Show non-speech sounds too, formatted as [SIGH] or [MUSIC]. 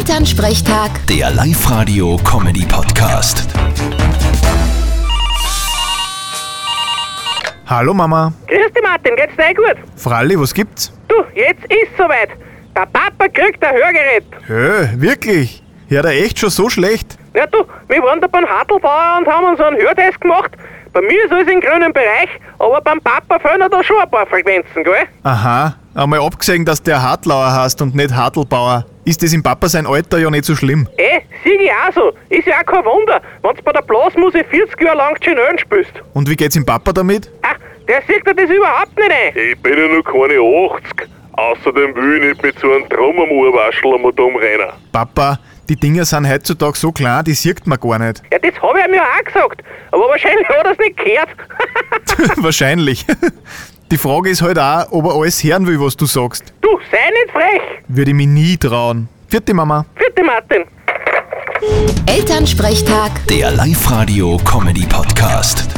Elternsprechtag, Der Live-Radio-Comedy-Podcast. Hallo Mama. Grüß dich, Martin, geht's dir eh gut? Fralli, was gibt's? Du, jetzt ist soweit. Der Papa kriegt ein Hörgerät. Hö, wirklich? Ja, da echt schon so schlecht. Ja, du, wir waren da beim Hartelbauer und haben uns einen Hörtest gemacht. Bei mir ist alles im grünen Bereich, aber beim Papa fehlen ja da schon ein paar Frequenzen, gell? Aha, einmal abgesehen, dass der Hartlauer hast und nicht Hartelbauer, ist das im Papa sein Alter ja nicht so schlimm. Eh, sieh ich auch so. Ist ja auch kein Wunder, wenn's bei der Blasmusik 40 Jahre lang Chinellen spielst. Und wie geht's im Papa damit? Ach, der sieht dir das überhaupt nicht ein. Ich bin ja noch keine 80. Außerdem will ich nicht mit so einem Drum am Ohrwaschel einmal dumm rennen. Papa, die Dinger sind heutzutage so klein, die sieht man gar nicht. [LAUGHS] Ja, das habe ich ihm ja auch gesagt, aber wahrscheinlich hat er's nicht gehört. [LAUGHS] Wahrscheinlich. [LAUGHS] Die Frage ist halt auch, ob er alles hören will, was du sagst. du, sei nicht frech. Würde ich mich nie trauen. Vierte Mama. Vierte Martin. Elternsprechtag. Der Live-Radio-Comedy-Podcast.